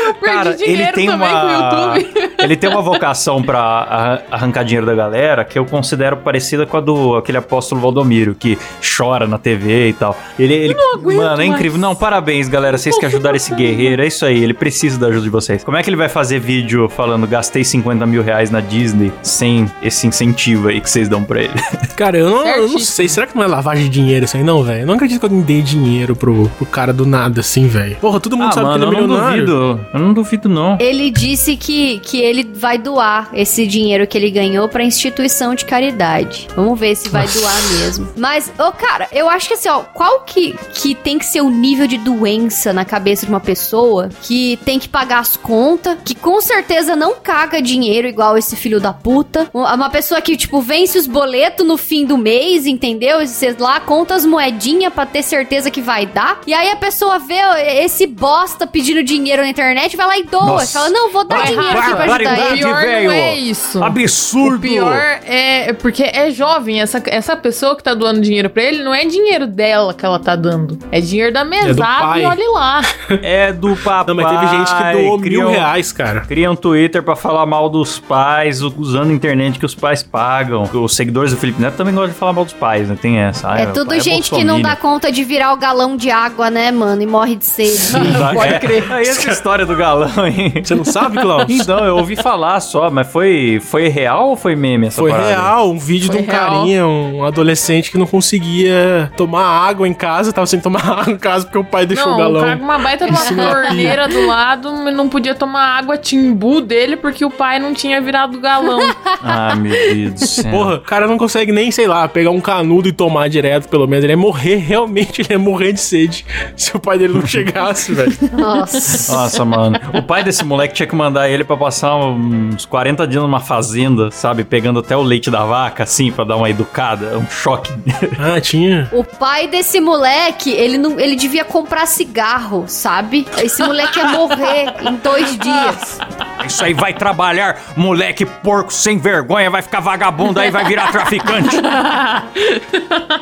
Eu perdi Cara, ele dinheiro tem também com o uma. YouTube. ele tem uma vocação pra arran- arrancar dinheiro da galera que eu considero parecida com a do aquele apóstolo Valdomiro, que chora na TV e tal. Ele. ele aguento mano, é mais. incrível. Não, parabéns, galera. Vocês que ajudaram esse guerreiro. É isso aí. Ele precisa da ajuda de vocês. Como é que ele vai fazer vídeo falando gastei 50 mil reais na Disney sem esse incentivo aí que vocês dão pra ele? Cara, eu não, eu não Certíssimo. sei. Será que não é lavagem de dinheiro isso aí, não, velho? Eu não acredito que alguém dê dinheiro pro, pro cara do nada, assim, velho. Porra, todo mundo sabe que ele é Ah, eu não milionário. duvido. Eu não duvido, não. Ele disse que, que ele vai doar esse dinheiro que ele ganhou pra instituição de caridade. Vamos ver se vai doar mesmo. Mas, ô cara, eu acho que assim, ó, qual que, que tem que ser o nível de doença na cabeça de uma pessoa que tem que pagar as contas, que com certeza não caga dinheiro igual esse filho da puta. Um, Uma pessoa que, tipo, vence os boletos no fim do mês, entendeu? E Sei lá, conta as moedinhas pra ter certeza que vai dar. E aí a pessoa vê esse bosta pedindo dinheiro na internet, vai lá e doa. Nossa. Fala, não, Tá vou dar Vai, dinheiro vai, aqui pra vai, ajudar vai. ele. pior velho. não é isso. Absurdo! O pior é é porque é jovem. Essa, essa pessoa que tá doando dinheiro pra ele não é dinheiro dela que ela tá dando. É dinheiro da mesada pai. e olhe lá. É do papai. Não, mas teve gente que doou mil criou- reais, cara. Cria um Twitter pra falar mal dos pais, u- usando a internet que os pais pagam. Os seguidores do Felipe Neto também gostam de falar mal dos pais, né? Tem essa. Ai, É meu tudo pai gente que né? não dá conta de virar o galão de água, né, mano? E morre de sede. bolsominion. Pode É. crer. Aí essa história do galão, hein? Você não sabe, Cláudio? Então, eu ouvi falar só, mas foi, foi real ou foi meme essa Foi parada? real, um vídeo Foi de um real. carinha, um adolescente que não conseguia tomar água em casa, tava sem tomar água em casa porque o pai deixou o não, o galão. cara com uma baita de uma Esse moleque. torneira do lado mas não podia tomar água timbu dele porque o pai não tinha virado galão. Ah, meu Deus do céu. Porra, o cara não consegue nem, sei lá, pegar um canudo e tomar direto, pelo menos. Ele ia morrer, realmente, ele ia morrer de sede se o pai dele não chegasse, velho. Nossa. Nossa, mano. O pai desse moleque tinha que mandar ele pra passar uns 40 dias numa fazenda, sabe? Pegando até o leite da vaca, assim, pra dar uma educada. Um choque. Ah, tinha. O pai desse moleque, ele não, ele devia comprar cigarro, sabe? Esse moleque ia morrer em dois dias. Isso aí vai trabalhar, moleque porco sem vergonha, vai ficar vagabundo aí, vai virar traficante.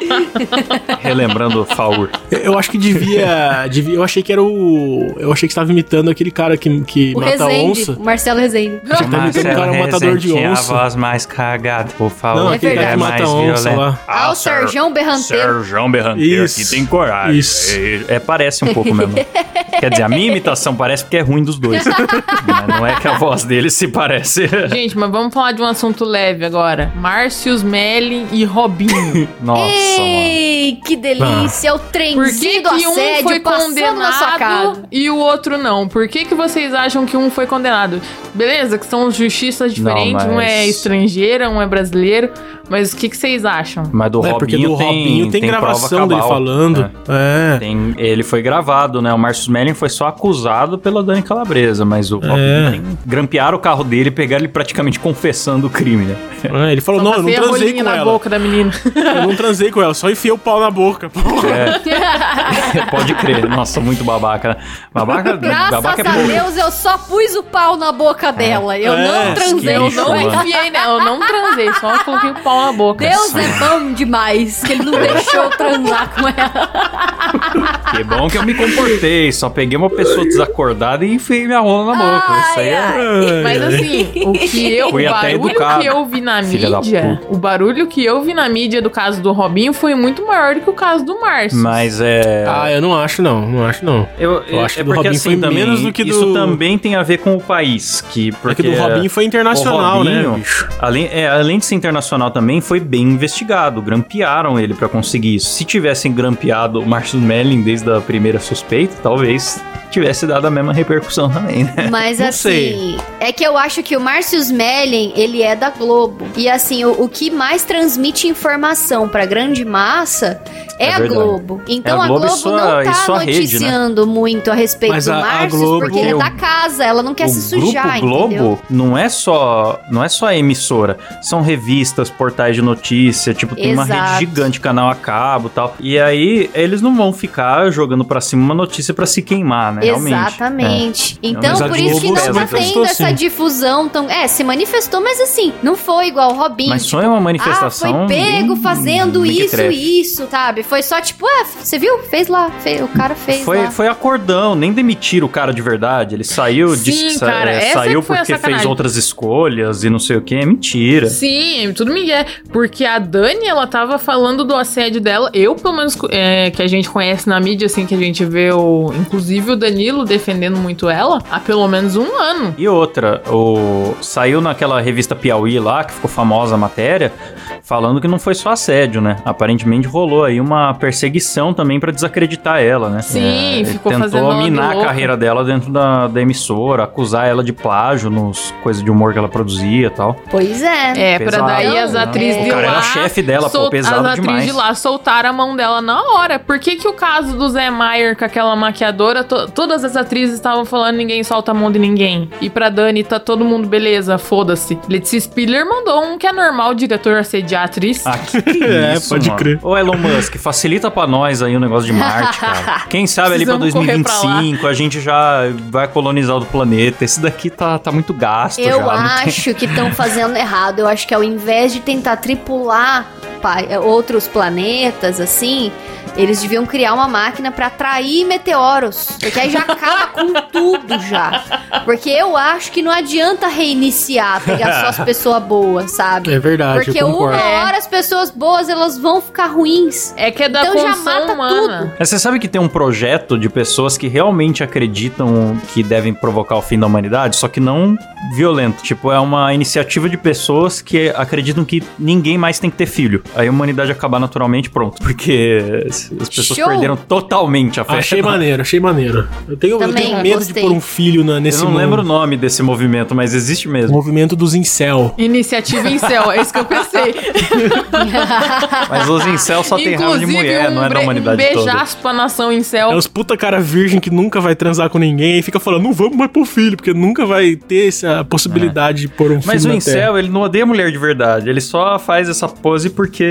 Relembrando o Faur. Eu acho que devia, devia- Eu achei que era o. Eu achei que estava imitando aquele cara que, que O mata Rezende, onça. o Marcelo Rezende. Você tá imitando o cara um matador de Rezende, onça. A voz mais cagada, por favor. Não, é que é aquele cara que mais mata onça violento. lá. Ah, o Ser- Serjão Berranteiro. Serjão Berranteiro Isso, que tem coragem. isso. É, é, parece um pouco mesmo. Quer dizer, a minha imitação parece porque é ruim dos dois. Mas não é que é a voz dele se parece. Gente, mas vamos falar de um assunto leve agora. Márcios, Melly e Robinho. Nossa, mano. Ah. Ei, que delícia! É o trenzinho Por que, do que um assédio foi passando na sua casa. condenado e o outro não? Por que, que vocês acham que um foi condenado? Beleza, que são justiças Não, diferentes, um é mas- estrangeira, um é brasileiro, mas o que, que vocês acham? Mas do é, Robinho, porque do tem, Robinho tem, prova gravação dele cabal. falando. É. É. Tem- ele foi gravado, né? O Márcio Smelling foi só acusado pela Dani Calabresa, mas o É. Robinho tem, grampearam o carro dele e pegaram ele praticamente confessando o crime, né? É, Ele falou, não, eu não Passei a transei rolinha com na ela. boca da menina. Eu não transei com ela, só enfiei o pau na boca. É. Pode crer. Nossa, muito babaca, né? Babaca, Graças babaca é a pouco. Deus, eu só pus o pau na boca dela. Eu É, não transei. que Eu lixo, não mano. é Enfiei nela, eu não transei, só coloquei o pau na boca. Deus é bom demais que ele não deixou eu transar com ela. Que bom que eu me comportei. Só peguei uma pessoa desacordada e enfiei minha rola na boca. Isso aí é. Ah, Mas assim, o que eu, Fui o até barulho educado, que eu vi na filha da mídia, o barulho que eu vi na mídia do caso do Robinho foi muito maior do que o caso do Márcio. Mas é. Ah, eu não acho não, não acho não. Eu, Eu acho é que do porque, Robinho foi também, menos do que do- Isso também tem a ver com o país, que porque Porque do Robinho foi internacional, né, bicho? Além, é, além de ser internacional também, foi bem investigado. Grampearam ele pra conseguir isso. Se tivessem grampeado o Marcus Melling desde a primeira suspeita, talvez tivesse dado a mesma repercussão também, né? Mas Não assim, sei. é que eu acho que o Márcio Smelling, ele é da Globo. E assim, o, o que mais transmite informação pra grande massa é, É a verdade. Globo. Então É a a Globo Globo, e sua- não e tá sua rede, né? noticiando muito a respeito Mas do a- a Márcio, Globo- porque ele é Porque da o- casa, ela não quer o é se sujar, Grupo Globo entendeu? não é só não é só a emissora, são revistas, portais de notícia, tipo, tem uma Exato. rede gigante, canal a cabo e tal. E aí eles não vão ficar jogando pra cima uma notícia pra se queimar, né? Realmente. É. Exatamente. Então, Mas a por isso que Globo não se assim. tá manifestou, tendo essa sim. difusão tão. É, se manifestou, mas assim, não foi igual o Robinho. Mas só é uma manifestação. Hum, Ah, foi pego bem- fazendo bem que isso trefe. e isso, sabe? Foi só tipo, ah, você viu? Fez lá, fez- o cara fez Foi, lá. foi acordão, nem demitiram o cara de verdade. Ele saiu, Sim, disse que sa- cara, é, essa saiu que foi a porque fez sacanagem. outras escolhas e não sei o que. É mentira. Sim, tudo Miguel. Porque a Dani, ela tava falando do assédio dela. Eu, pelo menos, é, que a gente conhece na mídia, assim, que a gente vê, o, inclusive o Danilo defendendo muito ela, há pelo menos um ano. E outra, o... saiu naquela revista Piauí lá, que ficou famosa a matéria, falando que não foi só assédio, né? Aparentemente rolou aí uma perseguição também pra desacreditar ela, né? Sim, ele ficou tentou fazendo um ela de minar a louca. carreira dela dentro da, da emissora, acusar ela de plágio nos coisas de humor que ela produzia e tal. Pois é. É, Pesado, pra daí as né? atrizes O de cara lá... era chefe dela, pô, sol- pesado As atrizes demais. de lá soltaram a mão dela na hora. Por que que o caso do Zé Maier com aquela maquiadora, to- todas as atrizes estavam falando ninguém solta a mão de ninguém. E pra Dani tá todo mundo beleza, foda-se. Letícia Spiller mandou um que é normal o diretor assediar a atriz. Ah, que É, pode crer. Ô Elon Musk, facilita pra nós aí o negócio de Marte, cara. Quem sabe ali pra Precisamos correr pra 2025 a gente já vai colonizar o planeta. Esse daqui tá, tá muito gasto Eu já. não tem- acho que estão fazendo errado. Eu acho que ao invés de tentar tripular pa- é, outros planetas, assim, eles deviam criar uma máquina pra atrair meteoros. Porque aí já acaba com tudo já. Porque eu acho que não adianta reiniciar, pegar só as pessoas boas, sabe? É verdade, Porque eu uma concordo. É. hora as pessoas boas elas vão ficar ruins. É que é da Então já condição mata humana. tudo. Mas você sabe que tem um projeto de pessoas que realmente acreditam que devem provocar o fim da humanidade, só que não violento. Tipo, é uma iniciativa de pessoas que acreditam que ninguém mais tem que ter filho. Aí a humanidade acabar naturalmente, pronto. Porque as pessoas Show. perderam totalmente a fé. Ah, Achei maneiro, achei maneiro. Eu tenho, eu Também, tenho medo de gostei. pôr um filho na- Eu nesse não mundo. lembro o nome desse movimento, mas existe O mesmo. movimento dos incel. Iniciativa em céu, é isso que eu pensei. Mas os incel só tem raiva de mulher, não é da bre- humanidade um toda. beijaço pra nação em um céu. É os puta cara virgem que nunca vai transar com ninguém e fica falando, não vamos mais pôr filho, porque nunca vai ter essa possibilidade de pôr um filho Mas o na Terra. incel, ele não odeia mulher de verdade. Ele só faz essa pose porque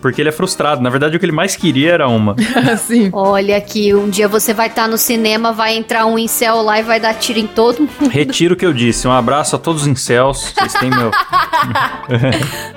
porque ele é frustrado. Na verdade, o que ele mais queria era uma. Assim. Olha que um dia você vai estar no cinema, vai entrar um incel lá e vai dar tiro em todo mundo. Retiro o que eu disse. Um abraço a todos os incels. Vocês têm meu...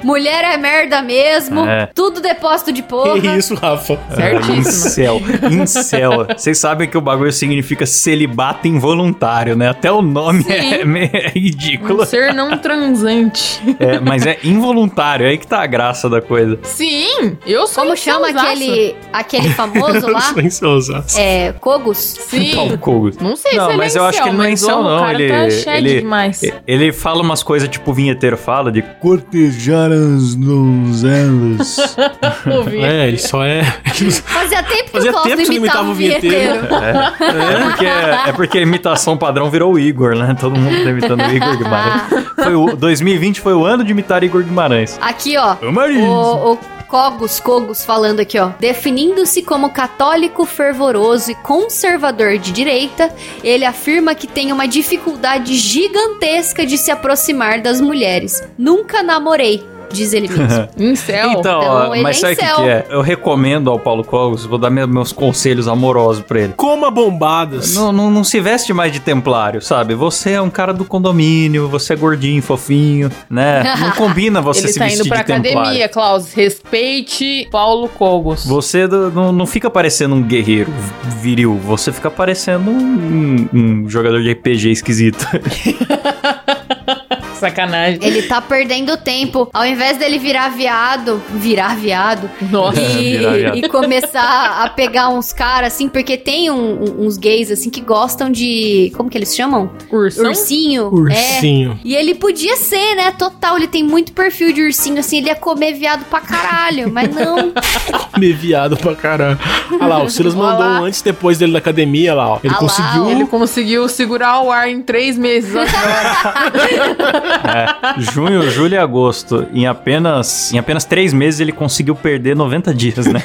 Mulher é merda mesmo, É. tudo depósito de porra. Que isso, Rafa? Certíssimo. Incel. Incel. Vocês sabem que o bagulho significa celibato involuntário, né? Até o nome é, é Um ridículo. ser não transante. É, mas é involuntário. Aí que tá a graça da coisa. Sim, eu sou um Como chama insanzaça. aquele, aquele famoso lá? Silenciosaço. É, Kogus? Paulo Sim. Kogos. Não sei Então. Não, se ele mas é eu acho que ele não é mas, incel, ô, não. O cara Ele- tá shed ele- é- demais. E- Ele fala umas coisas tipo o vinheteiro fala de Cortejar as donzelas. Vou ver. É, ele só é. Fazia tempo que Fazia o Cláudio tempo que você imitava, imitava o o vinheteiro. vinheteiro. É porque, é porque a imitação padrão virou o Igor, né? Todo mundo tá imitando o Igor Guimarães. Foi o, 2020 foi o ano de imitar Igor Guimarães. Aqui, ó. Ô, Marinho. O, o Cogos, Cogos falando aqui, ó. Definindo-se como católico fervoroso e conservador de direita, ele afirma que tem uma dificuldade gigantesca de se aproximar das mulheres. Nunca namorei, diz ele mesmo. Incel. Então, Então, ó, ele mas é sabe o que, incel. que é? Eu recomendo ao Paulo Cogos, vou dar me- meus conselhos amorosos pra ele. Coma bombadas. Não, não, não se veste mais de templário, sabe? Você é um cara do condomínio, você é gordinho, fofinho, né? Não combina você ele se tá vestir indo pra de templário. academia, Klaus. Respeite Paulo Cogos. Você do- não, não fica parecendo um guerreiro viril, você fica parecendo um, um jogador de RPG esquisito. Sacanagem. ele tá perdendo tempo. Ao invés dele virar viado, virar viado, Nossa. e, É, virar viado. e começar a pegar uns caras, assim, porque tem um- um- uns gays, assim, que gostam de... Como que eles chamam? Ursão? Ursinho. É. Ursinho. E ele podia ser, né? Total, ele tem muito perfil de ursinho, assim, ele ia comer viado pra caralho, mas não. Me viado pra caralho. Olha lá, o Silas Olha mandou lá. um antes e depois dele na academia lá, ó. Ele Olha lá, conseguiu. ó. Ele conseguiu segurar o ar em três meses. É, Junho, julho e agosto. Em apenas, em apenas três meses ele conseguiu perder 90 dias, né?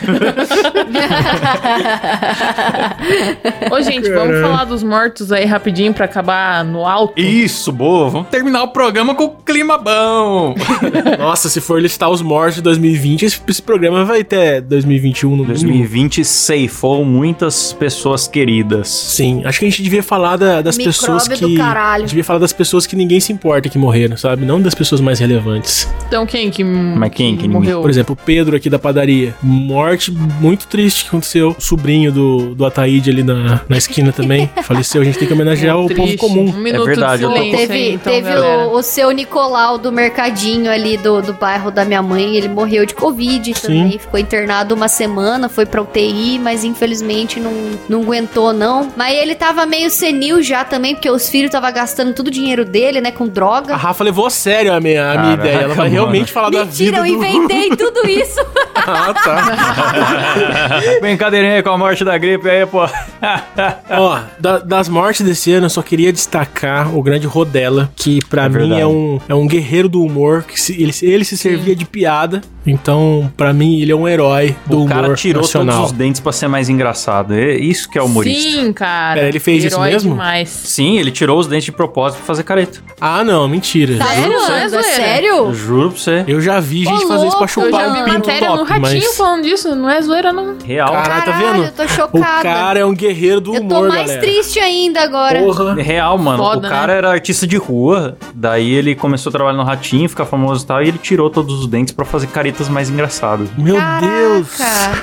Ô, gente, vamos falar dos mortos aí rapidinho pra acabar no alto. Isso, boa. Vamos terminar o programa com o clima bom. Nossa, se for listar os mortos de 2020, esse, esse programa vai ter 2021 no 2020. 2020 ceifou muitas pessoas queridas. Sim, acho que a gente devia falar da- das Micróbio pessoas do que. caralho. Devia falar das pessoas que ninguém se importa que morreram, sabe? Não das pessoas mais relevantes. Então, quem que, Mas quem que morreu? Por exemplo, o Pedro aqui da padaria. Morte muito triste que aconteceu. O sobrinho do, do Ataíde ali na, na esquina também faleceu. A gente tem que homenagear É o povo Triste. comum. Um minuto verdade, de eu tô- silêncio teve aí, então, teve galera. o, o seu Nicolau do mercadinho ali do, do bairro da minha mãe, ele morreu de Covid também, ficou internado uma semana, foi pra UTI, mas infelizmente não, não aguentou não. Mas ele tava meio senil já também, porque os filhos tava gastando todo o dinheiro dele, né, com droga. A Rafa levou a sério a minha, a minha Caraca, ideia. Ela vai mano. realmente falar da Mentira, vida eu do... inventei tudo isso. Ah, tá. Brincadeirinha com a morte da gripe aí, pô. Ó, da- das mortes desse ano, eu só queria destacar o grande Rodella, que pra É mim verdade. é um, é um guerreiro do humor, que se- ele, ele se servia de piada. Então, pra mim, ele é um herói do O humor cara tirou nacional. todos os dentes pra ser mais engraçado. É isso que é humorista. Sim, cara. Pera, ele fez isso Herói mesmo? Demais. Sim, ele tirou os dentes de propósito pra fazer careta. Ah, não, mentira. Tá Sério? zoando, é Sério? Eu sério? juro pra você. Eu já vi gente Ô, fazer isso pra louco, Eu chupar já um vi pinto matéria top, no Ratinho mas... falando disso. Não é zoeira, não. Real. Cara, tá Caralho, vendo? eu tô O chocada. cara é um guerreiro do eu humor, tô mais galera. triste ainda agora. Porra. É Real, mano. Foda, o né? cara era artista de rua, daí ele começou a trabalhar no Ratinho, ficar famoso e tal, e ele tirou todos os dentes pra fazer caretas mais engraçadas. Meu Caraca, Deus!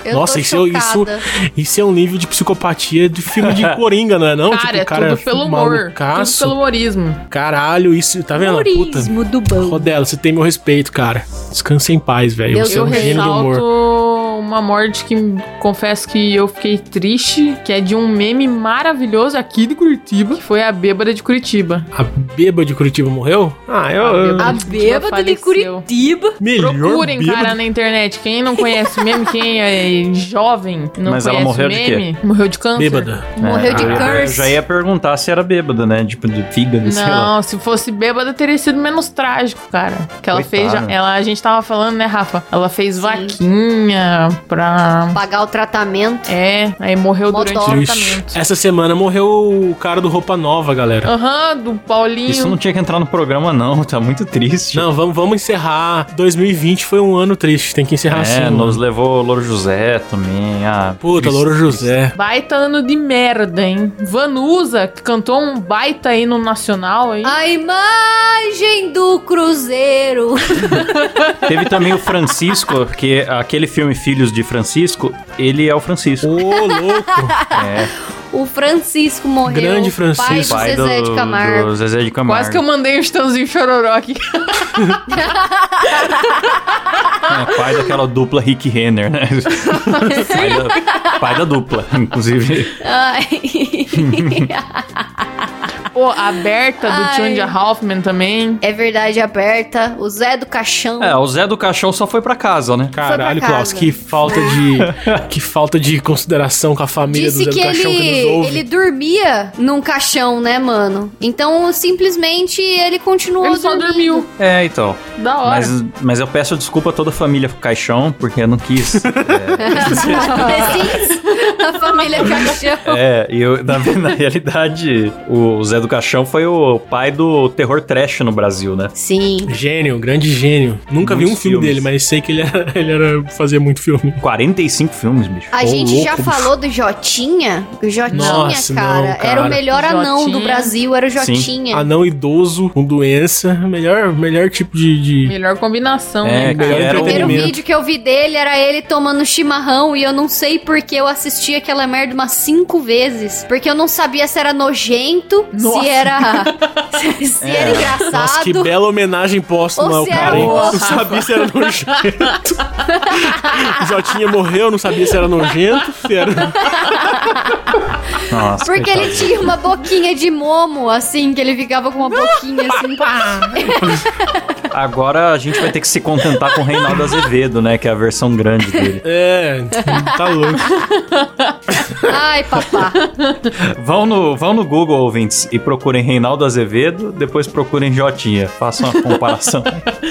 eu Nossa, tô isso, é- isso, chocada. isso é um nível de psicopatia de filme de Coringa, não é não? Cara, Tipo, o é tudo pelo humor. Tudo malucaço. pelo humorismo. Caralho, isso, tá vendo? Puta. Humorismo do bom. Rodela, você tem meu respeito, cara. Descansa em paz, velho. Eu- Você é Eu um gênio do ressalto humor. uma morte que confesso que eu fiquei triste, que é de um meme maravilhoso aqui de Curitiba, que foi a bêbada de Curitiba. A bêbada de Curitiba morreu? Ah, eu. eu- A bêbada bêbada de de Curitiba. Melhor Procurem, bêbada. cara, na internet. Quem não conhece meme, quem é jovem, não Mas conhece ela morreu de meme, morreu de câncer. Bêbada. Morreu de eu ia- curse. Eu já ia perguntar se era bêbada, né? Tipo, de fígado, sei lá. Não, se fosse bêbada teria sido menos trágico, cara. Que ela Coitada. fez, já- ela a gente tava falando, né, Rafa? Ela fez vaquinha pra Pagar o tratamento. é, aí morreu Mó durante o dó. Triste. tratamento. Essa semana morreu o cara do Roupa Nova, galera. Aham, do Paulinho. Isso não tinha que entrar no programa, não. Tá muito triste. Não, vamos, vamos encerrar. 2020 foi um ano triste. Tem que encerrar assim. É, mano. nos levou o Louro José também. Ah, Puta, triste. Louro José. Baita ano de merda, hein? Vanusa, que cantou um baita hino nacional Ah, aí. A imagem do Cruzeiro. Teve também o Francisco, que aquele filme Filhos de Francisco, ele é o Ô, Francisco. louco. É, O Francisco morreu. Grande Pai do Francisco. pai Zezé do, de Camargo. do Zezé de Camargo. Quase que eu mandei um estãozinho chororó aqui. É pai daquela dupla Rick Renner, né? pai, da, pai da dupla, inclusive. Pô, a Berta do Ai. Tchundia Hoffman também. é verdade, aberta. O Zé do Caixão. É, o Zé do Caixão só foi pra casa, né? Caralho, casa. Klaus, que falta de que falta de consideração com a família Disse do Zé que do Caixão que nos ele, ouve. ele dormia num caixão, né, mano? Então, simplesmente, ele continuou Ele só dormindo. dormiu. É, então. Da hora. Mas, mas eu peço desculpa a toda a família Caixão, porque eu não quis. É, Preciso. É A família Caixão. É, e eu, na, na realidade, o Zé do Caixão foi o pai do terror trash no Brasil, né? Sim. Gênio, grande gênio. Nunca vi um Muitos filme filmes. dele, mas sei que ele era, ele era fazia muito filme. 45 filmes, bicho. A Ô, gente já louco, falou do Jotinha? O Jotinha, Nossa, não, cara, Era cara. o melhor anão do Jotinha. Brasil, era o Sim. Jotinha. Anão idoso, com doença, melhor melhor tipo de, de- Melhor combinação, É, né, cara? que era O primeiro entretenimento. vídeo que eu vi dele era ele tomando chimarrão e eu não sei porque eu assisti aquela merda umas cinco vezes. Porque eu não sabia se era nojento, Nossa. se era. se, se era engraçado. Nossa, que bela homenagem Ou póstuma ao se era um cara, hein? boa, Não sabia se era nojento. o Jotinha morreu, não sabia se era nojento, se era... Nossa, Porque ele tinha uma boquinha de momo, assim, que ele ficava com uma boquinha assim. Agora a gente vai ter que se contentar com o Reinaldo Azevedo, né? Que é a versão grande dele. É, tá louco. Ai, papá. Vão no, vão no Google, ouvintes, e procurem Reinaldo Azevedo, depois procurem Jotinha. Façam uma comparação.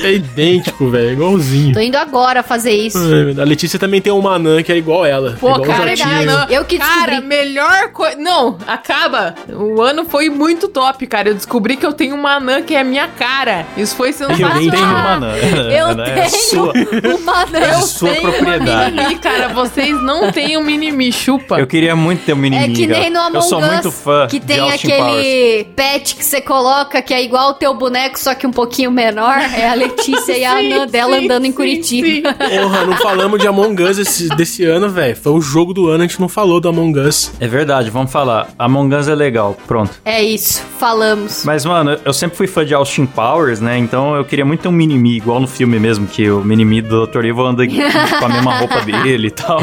É idêntico, velho, igualzinho. Tô indo agora fazer isso. É, A Letícia também tem uma anã que é igual ela. Pô, igual o cara, Jotinha, cara, né? não. Eu que descobri. Cara, melhor coisa. Não, acaba. O ano foi muito top, cara. Eu descobri que eu tenho uma anã que é a minha cara. Isso foi É Eu sensacional. nem tenho uma, não. Eu Né? tenho Sua- é uma né? de anão. sua Uma propriedade. mimimi, cara. Vocês não têm um mimimi chupa. Eu queria muito ter um É menininho. que nem no Among Eu sou Us, muito fã que de tem Austin Powers. aquele pet que você coloca que é igual o teu boneco, só que um pouquinho menor. É a Letícia e a Sim, Anã dela sim, andando em sim, Curitiba. sim. Porra, não falamos de Among Us esse- desse ano, velho. Foi o jogo do ano, a gente não falou do Among Us. É verdade, vamos falar. Among Us é legal, pronto. É isso, falamos. Mas, mano, eu sempre fui fã de Austin Powers, né? Então eu queria muito ter um mini-me, igual no filme mesmo, que o mini-me do Dr. Evil anda com a mesma roupa dele e tal.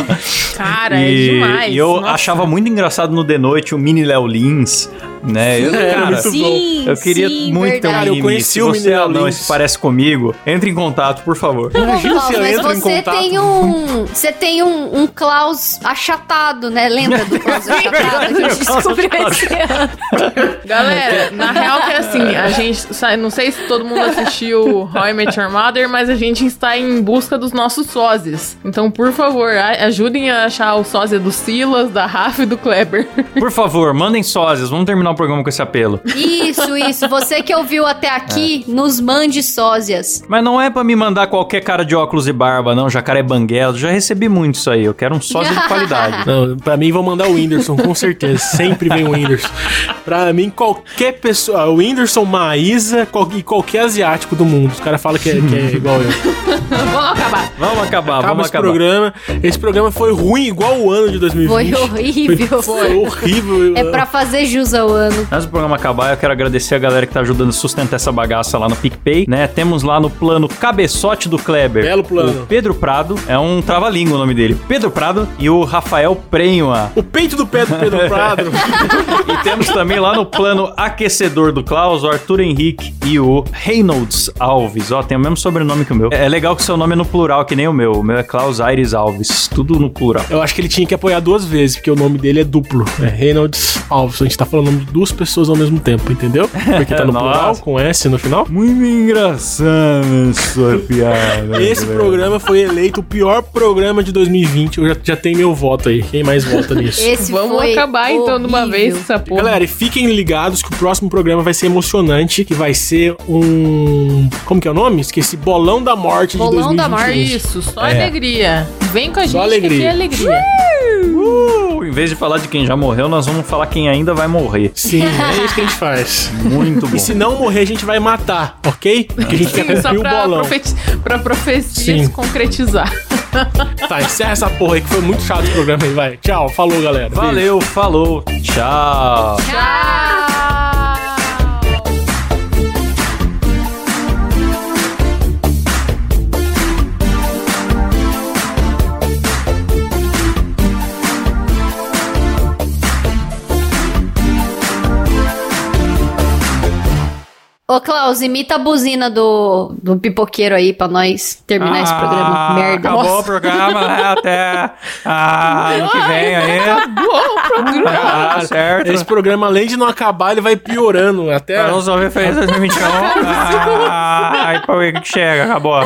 Cara, e, é demais. E eu Nossa. achava muito engraçado no The Noite o mini Léo Lins, né? Eu, É, cara, muito Sim, eu queria sim, muito ter um Cara, eu mini-me. conheci Se o você mini Léo não Lins. se parece comigo, entre em contato, por favor. Imagina Klaus, se eu mas entro em você contato. tem um. Você tem um, um Klaus achatado, né? Lembra do Klaus achatado? A gente descobriu esse ano. Galera, na real que é assim, a gente, sa- não sei se todo mundo assistiu How I Met Your Mother, mas a gente está em busca dos nossos sósias. Então, por favor, a- ajudem a achar o sósia do Silas, da Rafa e do Kleber. Por favor, mandem sósias, vamos terminar o programa com esse apelo. Isso, isso. Você que ouviu até aqui, nos mande sósias. Mas não é pra me mandar qualquer cara de óculos e barba, não. Jacaré banguelo. Já recebi muito isso aí. Eu quero um sósia de qualidade. Não, pra mim vão mandar o Whindersson, com certeza. Sempre vem o Whindersson. Pra mim, qualquer pessoa. ah, O Whindersson, Maísa qual- e qualquer asiático do mundo. Os caras falam que, é, que é igual eu. Vamos acabar. Vamos acabar, Acaba vamos esse acabar. programa. Esse programa foi ruim, igual o ano de 2020. Foi horrível. Foi horrível. É pra fazer jus ao ano. Antes do programa acabar, eu quero agradecer a galera que tá ajudando a sustentar essa bagaça lá no PicPay, né? Temos lá no plano Cabeçote do Kleber. Belo plano. O Pedro Prado, é um trava-língua o nome dele. Pedro Prado e o Rafael Prenha. O peito do pé do Pedro Prado. E temos também lá no plano aquecedor do Klaus, o Arthur Henrique e o Reynolds Alves. Ó, tem o mesmo sobrenome que o meu. É legal que seu nome é no plural, que nem o meu. O meu é Klaus Aires Alves. Tudo no plural. Eu acho que ele tinha que apoiar duas vezes, porque o nome dele é duplo. É Reynolds Alves. A gente tá falando o nome de duas pessoas ao mesmo tempo, entendeu? Porque tá no Nossa. plural, com S no final. Muito engraçada sua piada. Esse velho. programa foi eleito o pior programa de 2020. Eu já, já tenho meu voto aí. Quem mais vota nisso? Esse Vamos foi acabar então de uma horrível. vez essa porra. Galera, e fiquem ligados que o próximo programa vai ser emocionante, que vai ser um... Como que é o nome? Esqueci. Bolão da Morte Bolão de 2021. da Morte. Isso, só É. alegria. Vem com a gente Só que aqui é alegria. Uh, em vez de falar de quem já morreu, nós vamos falar quem ainda vai morrer. Sim, é isso que a gente faz. Muito bom. E se não morrer, a gente vai matar, ok? Porque a gente quer Sim, só cumprir o pra, bolão. profeti pra profecia Sim. se concretizar. Tá, encerra essa porra aí que foi muito chato o programa aí, vai. Tchau, falou, galera. Beijo. Valeu, falou, tchau. Tchau! Ô, Klaus, imita a buzina do, do pipoqueiro aí pra nós terminar esse programa. Merda. Ah, Acabou Nossa. o programa né? até ah, ano que vem aí. Acabou o programa. Ah, certo. Esse programa, além de não acabar, ele vai piorando até. um. Vamos resolver fez 2021. Ah, aí pra ver o que que chega, acabou.